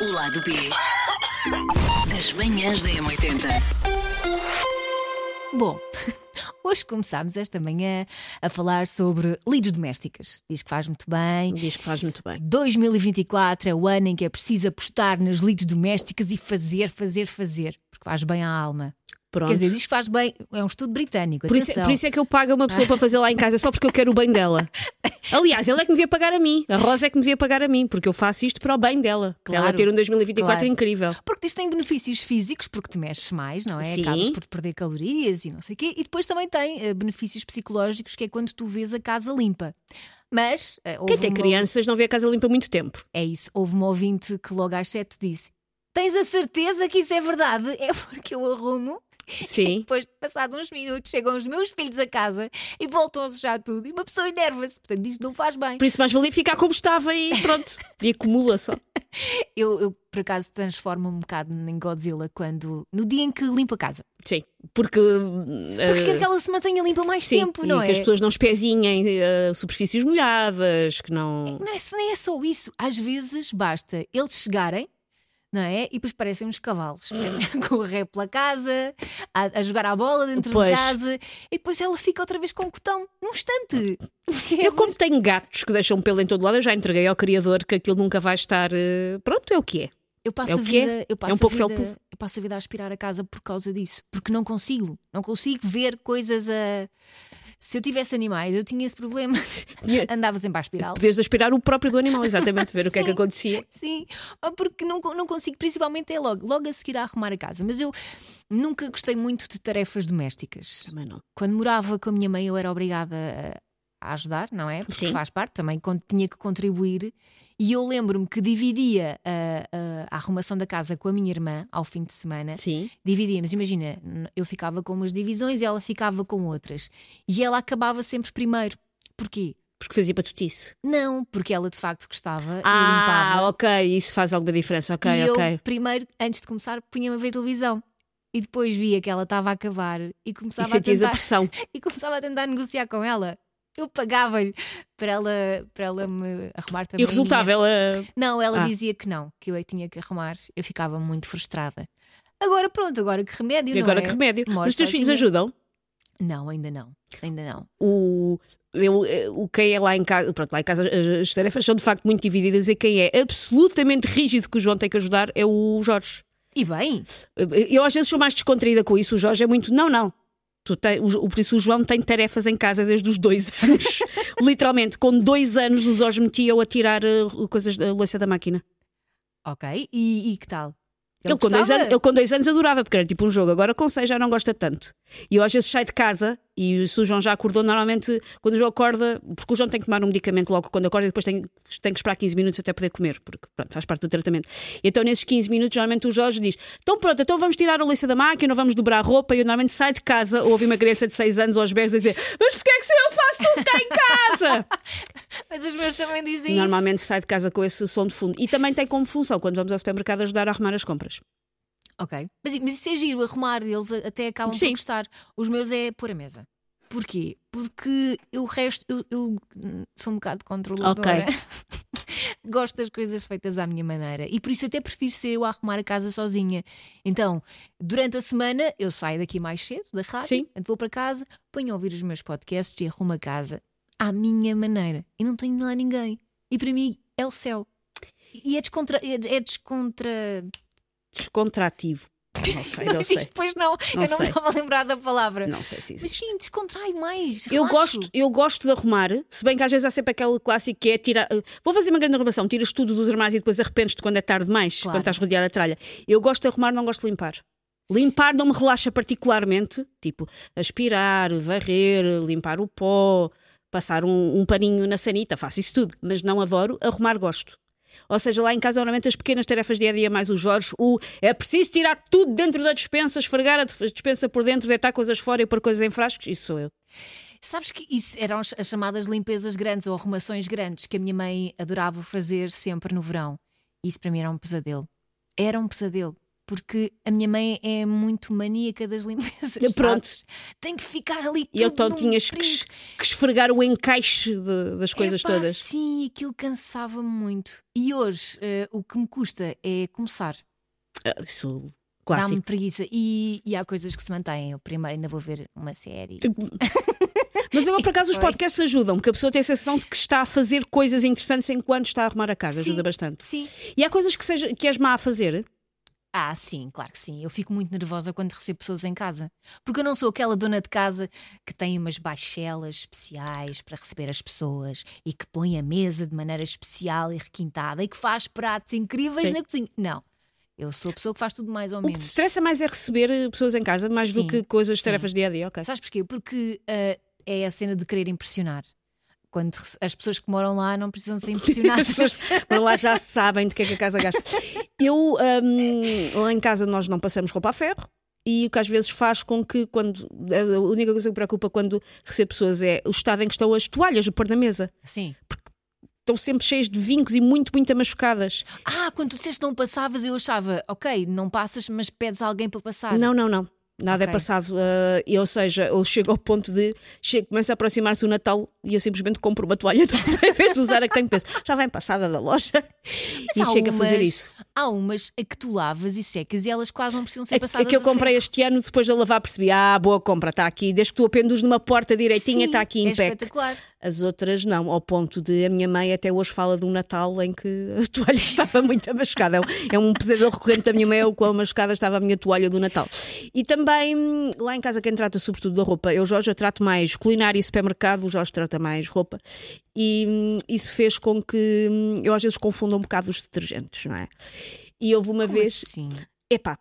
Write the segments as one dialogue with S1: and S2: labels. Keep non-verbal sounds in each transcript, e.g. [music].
S1: O lado B das manhãs da M80.
S2: Bom, [laughs] hoje começámos esta manhã a falar sobre lides domésticas. Diz que faz muito bem.
S3: Diz que faz muito bem.
S2: 2024 é o ano em que é preciso apostar nas lides domésticas e fazer, fazer, fazer, porque faz bem à alma.
S3: Pronto.
S2: Quer dizer, diz que faz bem, é um estudo britânico.
S3: por, isso,
S2: atenção.
S3: por isso é que eu pago a uma pessoa para fazer lá em casa, só porque eu quero o
S2: [laughs]
S3: bem dela. Aliás, ela é que me devia pagar a mim. A Rosa é que me devia pagar a mim, porque eu faço isto para o bem dela. Para ela
S2: Claro.
S3: ter um 2024
S2: Claro.
S3: incrível.
S2: Porque diz que tem benefícios físicos, porque te mexes mais, não é?
S3: Sim.
S2: Acabas por perder calorias e não sei o quê. E depois também tem eh, benefícios psicológicos, que é quando tu vês a casa limpa. Mas. eh, houve
S3: Quem tem
S2: uma-
S3: crianças não vê a casa limpa há
S2: [laughs]
S3: muito tempo.
S2: É isso. Houve uma ouvinte que logo às sete disse: Tens a certeza que isso é verdade? [laughs] É porque eu arrumo. E
S3: Sim.
S2: depois, passados uns minutos, chegam os meus filhos a casa e voltam a sujar tudo. E uma pessoa enerva-se. Portanto, isto não faz bem.
S3: Por isso mais valia ficar como estava e pronto. E acumula só.
S2: Eu, eu, por acaso, transformo um bocado em Godzilla quando. no dia em que limpo a casa.
S3: Sim. Porque. eh,
S2: Porque quer que ela se mantenha limpa mais
S3: Sim,
S2: tempo,
S3: e
S2: não
S3: que
S2: é?
S3: as pessoas não espezinhem eh, superfícies molhadas,
S2: [laughs]
S3: que não.
S2: Não é, nem é só isso. Às vezes basta eles chegarem, não é? E depois parecem uns cavalos. [laughs] Correr pela casa, a, a jogar à bola dentro
S3: Pois.
S2: de casa. E depois ela fica outra vez com o cotão, num instante. é
S3: Eu, como tenho gatos que deixam pelo em todo lado, eu já entreguei ao criador que aquilo nunca vai estar. eh, Pronto, é o que é.
S2: Eu passo,
S3: É o
S2: a
S3: que é.
S2: vida, eu,
S3: É
S2: passo
S3: um pouco
S2: a vida,
S3: felpudo.
S2: eu passo a vida a aspirar a casa por causa disso. Porque não consigo. Não consigo ver coisas a. Se eu tivesse animais, eu tinha esse problema. [laughs]
S3: é
S2: Andava sempre a aspirar.
S3: Podias aspirar o próprio do animal, exatamente, ver o que é
S2: [laughs]
S3: que
S2: Sim.
S3: acontecia.
S2: Sim, ah, porque não, co- não consigo, principalmente é logo, logo a seguir a arrumar a casa. Mas eu nunca gostei muito de tarefas domésticas.
S3: Também não.
S2: Quando morava com a minha mãe, eu era obrigada a, a ajudar, não é? Porque
S3: Sim.
S2: faz parte também, quando tinha que contribuir. E eu lembro-me que dividia a, a- a arrumação da casa com a minha irmã ao fim de semana.
S3: Sim.
S2: Dividíamos, imagina, n- eu ficava com umas divisões e ela ficava com outras. E ela acabava sempre primeiro. Porquê?
S3: Porque fazia patutice.
S2: Não, porque ela de facto gostava e limpava.
S3: Ah, ok, isso faz alguma diferença. Ok,
S2: e eu,
S3: ok.
S2: primeiro, antes de começar, punha-me a ver televisão. E depois via que ela estava a acabar e
S3: E
S2: começava, a
S3: sentias a
S2: tentar, [laughs]
S3: pressão.
S2: e começava a tentar negociar com ela. Eu pagava-lhe para ela, para ela me arrumar também.
S3: E o
S2: a minha.
S3: resultado, ela.
S2: Não, ela
S3: Ah.
S2: dizia que não, que eu é que tinha que arrumar. Eu ficava muito frustrada. Agora pronto, agora que remédio,
S3: E
S2: não
S3: agora
S2: é? assim.
S3: que remédio.
S2: Moro
S3: Os teus filhos
S2: sozinha.
S3: ajudam?
S2: Não, ainda não. Ainda não.
S3: o, eu, eh, o quem é lá em casa, pronto, lá em casa as, as tarefas são de facto muito divididas e quem é absolutamente rígido que o João tem que ajudar é o Jorge.
S2: E bem,
S3: Eh, Eu às vezes sou mais descontraída com isso, o Jorge é muito, não, não. Tu tem, o, o- por isso o João tem tarefas em casa desde os dois anos. Literalmente, com dois anos o Jorge metia-o a tirar eh, coisas da louça da máquina.
S2: ok. E, e que tal?
S3: Ele, com dois
S2: gostava?
S3: anos, ele com dois anos adorava, porque era tipo um jogo. Agora com seis já não gosta tanto. E eu às vezes saio de casa e se o João já acordou, normalmente quando o João acorda, porque o João tem que tomar um medicamento logo quando acorda e depois tem, tem que esperar 15 minutos até poder comer, porque pronto, faz parte do tratamento. E então nesses 15 minutos, geralmente o Jorge diz: Então pronto, então vamos tirar a louça da máquina, vamos dobrar a roupa. E eu normalmente saio de casa, ouvi uma criança de seis anos aos berros a dizer: Mas porquê é que se eu faço tudo cá em
S2: [laughs]
S3: casa?
S2: Mas os meus também dizem isso.
S3: normalmente sai de casa com esse som de fundo. E também tem como função, quando vamos ao supermercado, ajudar a arrumar as compras.
S2: Ok. Mas, mas isso é giro, arrumar, eles a- até acabam por
S3: Sim.
S2: gostar. Os meus é pôr a mesa. Porquê? Porque eu resto, eu, eu, hum, sou um bocado controladora. [laughs] Gosto das coisas feitas à minha maneira e por isso até prefiro ser eu a arrumar a casa sozinha. Então, durante a semana eu saio daqui mais cedo da rádio,
S3: Sim.
S2: portanto, vou para casa, ponho a ouvir os meus podcasts e arrumo a casa à minha maneira e não tenho lá ninguém. E para mim é o céu. E é descontra. É, é descontra
S3: descontrativo. Não sei, não
S2: mas
S3: sei.
S2: isto depois não,
S3: Não
S2: eu não
S3: sei.
S2: estava a lembrar da palavra.
S3: Não sei se
S2: Mas
S3: existe.
S2: sim, descontrai mais.
S3: Eu
S2: relaxo.
S3: gosto, eu gosto de arrumar, se bem que às vezes há sempre aquele clássico que é tirar. eh, Vou fazer uma grande arrumação, tiras tudo dos armários e depois arrependes-te quando é tarde demais,
S2: Claro.
S3: quando estás rodeada a tralha. Eu gosto de arrumar, não gosto de limpar. Limpar não me relaxa particularmente, tipo aspirar, varrer, limpar o pó, passar um, um paninho na sanita, faço isso tudo, mas não adoro. Arrumar gosto. Ou seja, lá em casa, normalmente as pequenas tarefas dia a dia, mais o Jorge, o é preciso tirar tudo dentro da despensa, esfregar a despensa por dentro, deitar coisas fora e pôr coisas em frascos, isso sou eu.
S2: Sabes que isso eram as as chamadas limpezas grandes ou arrumações grandes que a minha mãe adorava fazer sempre no verão. Isso para mim era um pesadelo. Era um pesadelo. Porque a minha mãe é muito maníaca das
S3: [laughs]
S2: limpezas.
S3: Pronto.
S2: sabes? Tem que ficar ali tudo
S3: E então
S2: num
S3: tinhas que,
S2: trinco.
S3: es- que esfregar o encaixe de- das coisas
S2: Epá,
S3: todas.
S2: Sim, aquilo cansava-me muito. E hoje eh, o que me custa é começar.
S3: Ah, Isso,
S2: Dá-me
S3: clássico.
S2: preguiça. E, e há coisas que se mantêm. Eu primeiro ainda vou ver uma série.
S3: Mas
S2: [laughs]
S3: agora, por acaso, os
S2: Foi.
S3: podcasts ajudam, porque a pessoa tem a sensação de que está a fazer coisas interessantes enquanto está a arrumar a casa.
S2: Sim,
S3: Ajuda bastante.
S2: Sim.
S3: E há coisas que, seja, que és má a fazer?
S2: Ah, sim, claro que sim. Eu fico muito nervosa quando recebo pessoas em casa. Porque eu não sou aquela dona de casa que tem umas baixelas especiais para receber as pessoas e que põe a mesa de maneira especial e requintada e que faz pratos incríveis
S3: Sim.
S2: na cozinha. Não. Eu sou a pessoa que faz tudo mais ou
S3: O que te
S2: menos.
S3: estressa mais é receber eh, pessoas em casa, mais
S2: Sim,
S3: do que coisas,
S2: sim.
S3: tarefas dia a dia, [laughs] ok?
S2: Sabes porquê? Porque ah, é a cena de querer impressionar. Quando rece- as pessoas que moram lá não precisam
S3: [laughs]
S2: ser impressionadas.
S3: As pessoas para lá já sabem de que é que a casa gasta. Eu, hum, lá em casa, nós não passamos roupa a ferro. E o que às vezes faz com que, quando. A única coisa que me preocupa quando recebo pessoas é o estado em que estão as toalhas a pôr na mesa.
S2: Sim.
S3: Estão sempre cheias de vincos e muito, muito machucadas.
S2: Ah, quando tu disseste não passavas, eu achava, ok, não passas, mas pedes a alguém para passar.
S3: Não, não, não. Nada é
S2: Ah, Ok.
S3: passado. ah, e, ou seja, eu chego ao ponto de. Chego, começa a aproximar-se o Natal e eu simplesmente compro uma toalha [laughs] nova em vez de usar a que tenho peso. Já vem passada da loja. e
S2: Mas há
S3: chego a fazer
S2: umas-
S3: isso.
S2: Há umas a que tu lavas e secas e elas quase não precisam ser
S3: A,
S2: passadas.
S3: a que eu
S2: a
S3: comprei
S2: ferro.
S3: este ano, depois de a lavar, percebi: ah, boa compra, está aqui. Desde que tu a penduras numa porta direitinha,
S2: Sim,
S3: está tá aqui
S2: é
S3: em pé.
S2: espetacular.
S3: As outras não, ao ponto de a minha mãe até hoje fala de um Natal em que [laughs] a toalha estava muito machucada. É um, é um pesadelo recorrente da minha mãe, o quão machucada estava a minha toalha do Natal. E também, hum, lá em casa, quem trata sobretudo da roupa, eu, Jorge, eu trato mais culinária e supermercado, o Jorge trata mais roupa. E hum, isso fez com que hum, eu às vezes confunda um bocado os detergentes, não é? E houve uma
S2: Como
S3: vez.
S2: assim?
S3: Epá,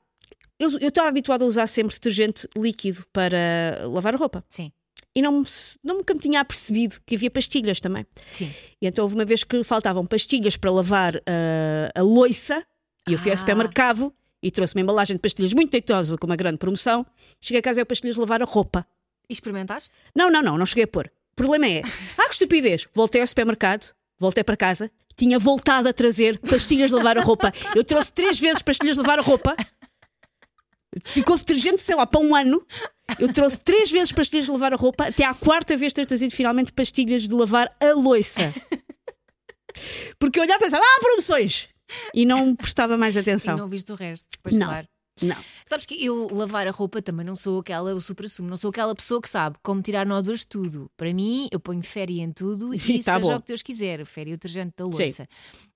S3: eu eu estava habituada a usar sempre detergente líquido para lavar roupa
S2: Sim,
S3: e não, me- não nunca me tinha apercebido que havia pastilhas também.
S2: sim.
S3: E então houve uma vez que faltavam pastilhas para lavar ah, a loiça e eu fui
S2: Ah.
S3: ao supermercado e trouxe uma embalagem de pastilhas muito deitosa com uma grande promoção. Cheguei a casa e eu pastilhas de lavar a roupa.
S2: E experimentaste?
S3: Não, não, não, não cheguei a pôr. O problema é, ah, que estupidez! Voltei ao supermercado, voltei para casa, tinha voltado a trazer pastilhas de lavar a roupa. Eu trouxe três vezes pastilhas de lavar a roupa. Ficou detergente, sei lá, para um ano. Eu trouxe três vezes pastilhas de lavar a roupa, até à quarta vez ter trazido finalmente pastilhas de lavar a loiça. Porque eu olhava e pensava, ah, promoções! E não prestava mais atenção.
S2: E não viste o resto. Depois,
S3: Não.
S2: claro.
S3: Não.
S2: Sabes que eu lavar a roupa também não sou aquela, eu super sumo, não sou aquela pessoa que sabe como tirar nódoas de tudo. Para mim, eu ponho féria em tudo e,
S3: [laughs] E tá
S2: seja
S3: bom.
S2: o que Deus quiser, féria e o detergente da
S3: Sim.
S2: louça.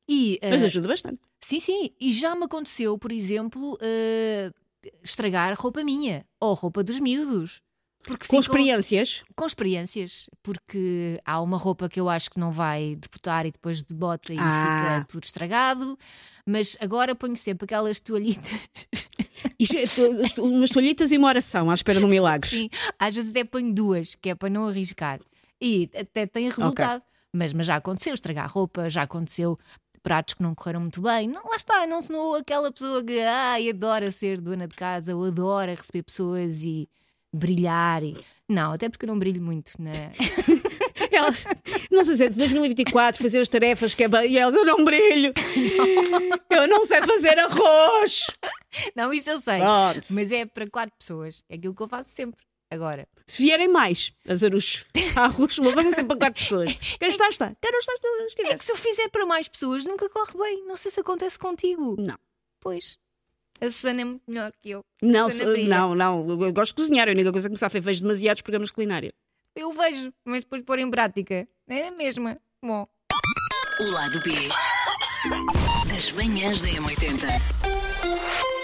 S2: E,
S3: Mas
S2: ah,
S3: ajuda bastante.
S2: sim, sim, e já me aconteceu, por exemplo, ah, estragar roupa minha ou roupa dos miúdos. Porque
S3: Com
S2: ficam-
S3: experiências,
S2: com experiências, porque há uma roupa que eu acho que não vai deputar e depois debota e
S3: Ah.
S2: fica tudo estragado, mas agora ponho sempre aquelas toalhitas.
S3: isto é, tu- tu- umas toalhitas e uma oração à espera de um milagre.
S2: Sim, às vezes até ponho duas, que é para não arriscar. E até tem resultado. Mas, mas já aconteceu estragar roupa, já aconteceu pratos que não correram muito bem. Não, lá está, não sou aquela pessoa que ai, adora ser dona de casa ou adora receber pessoas e brilhar. E... Não, até porque eu não brilho muito na. [laughs]
S3: Elas, não sei se é de 2024, fazer as tarefas que é bem. E elas, eu não brilho. Eu não sei fazer arroz.
S2: Não, isso eu sei.
S3: Pronto.
S2: Mas é para quatro pessoas. É aquilo que eu faço sempre. Agora,
S3: Se vierem mais, azarucho. Arroz, vou fazer sempre para quatro pessoas. Quem está, está. Quem não está, está. não
S2: é
S3: estiver.
S2: que se eu fizer para mais pessoas, nunca corre bem. Não sei se acontece contigo.
S3: Não.
S2: Pois. A Susana é muito melhor que eu.
S3: Não,
S2: Susana
S3: se-
S2: brilha.
S3: não, não. Eu gosto de cozinhar. A única coisa que me sabe é vejo demasiados programas de culinária.
S2: Eu vejo, mas depois pôr em prática. É a mesma. Bom.
S1: O lado B das manhãs da M80.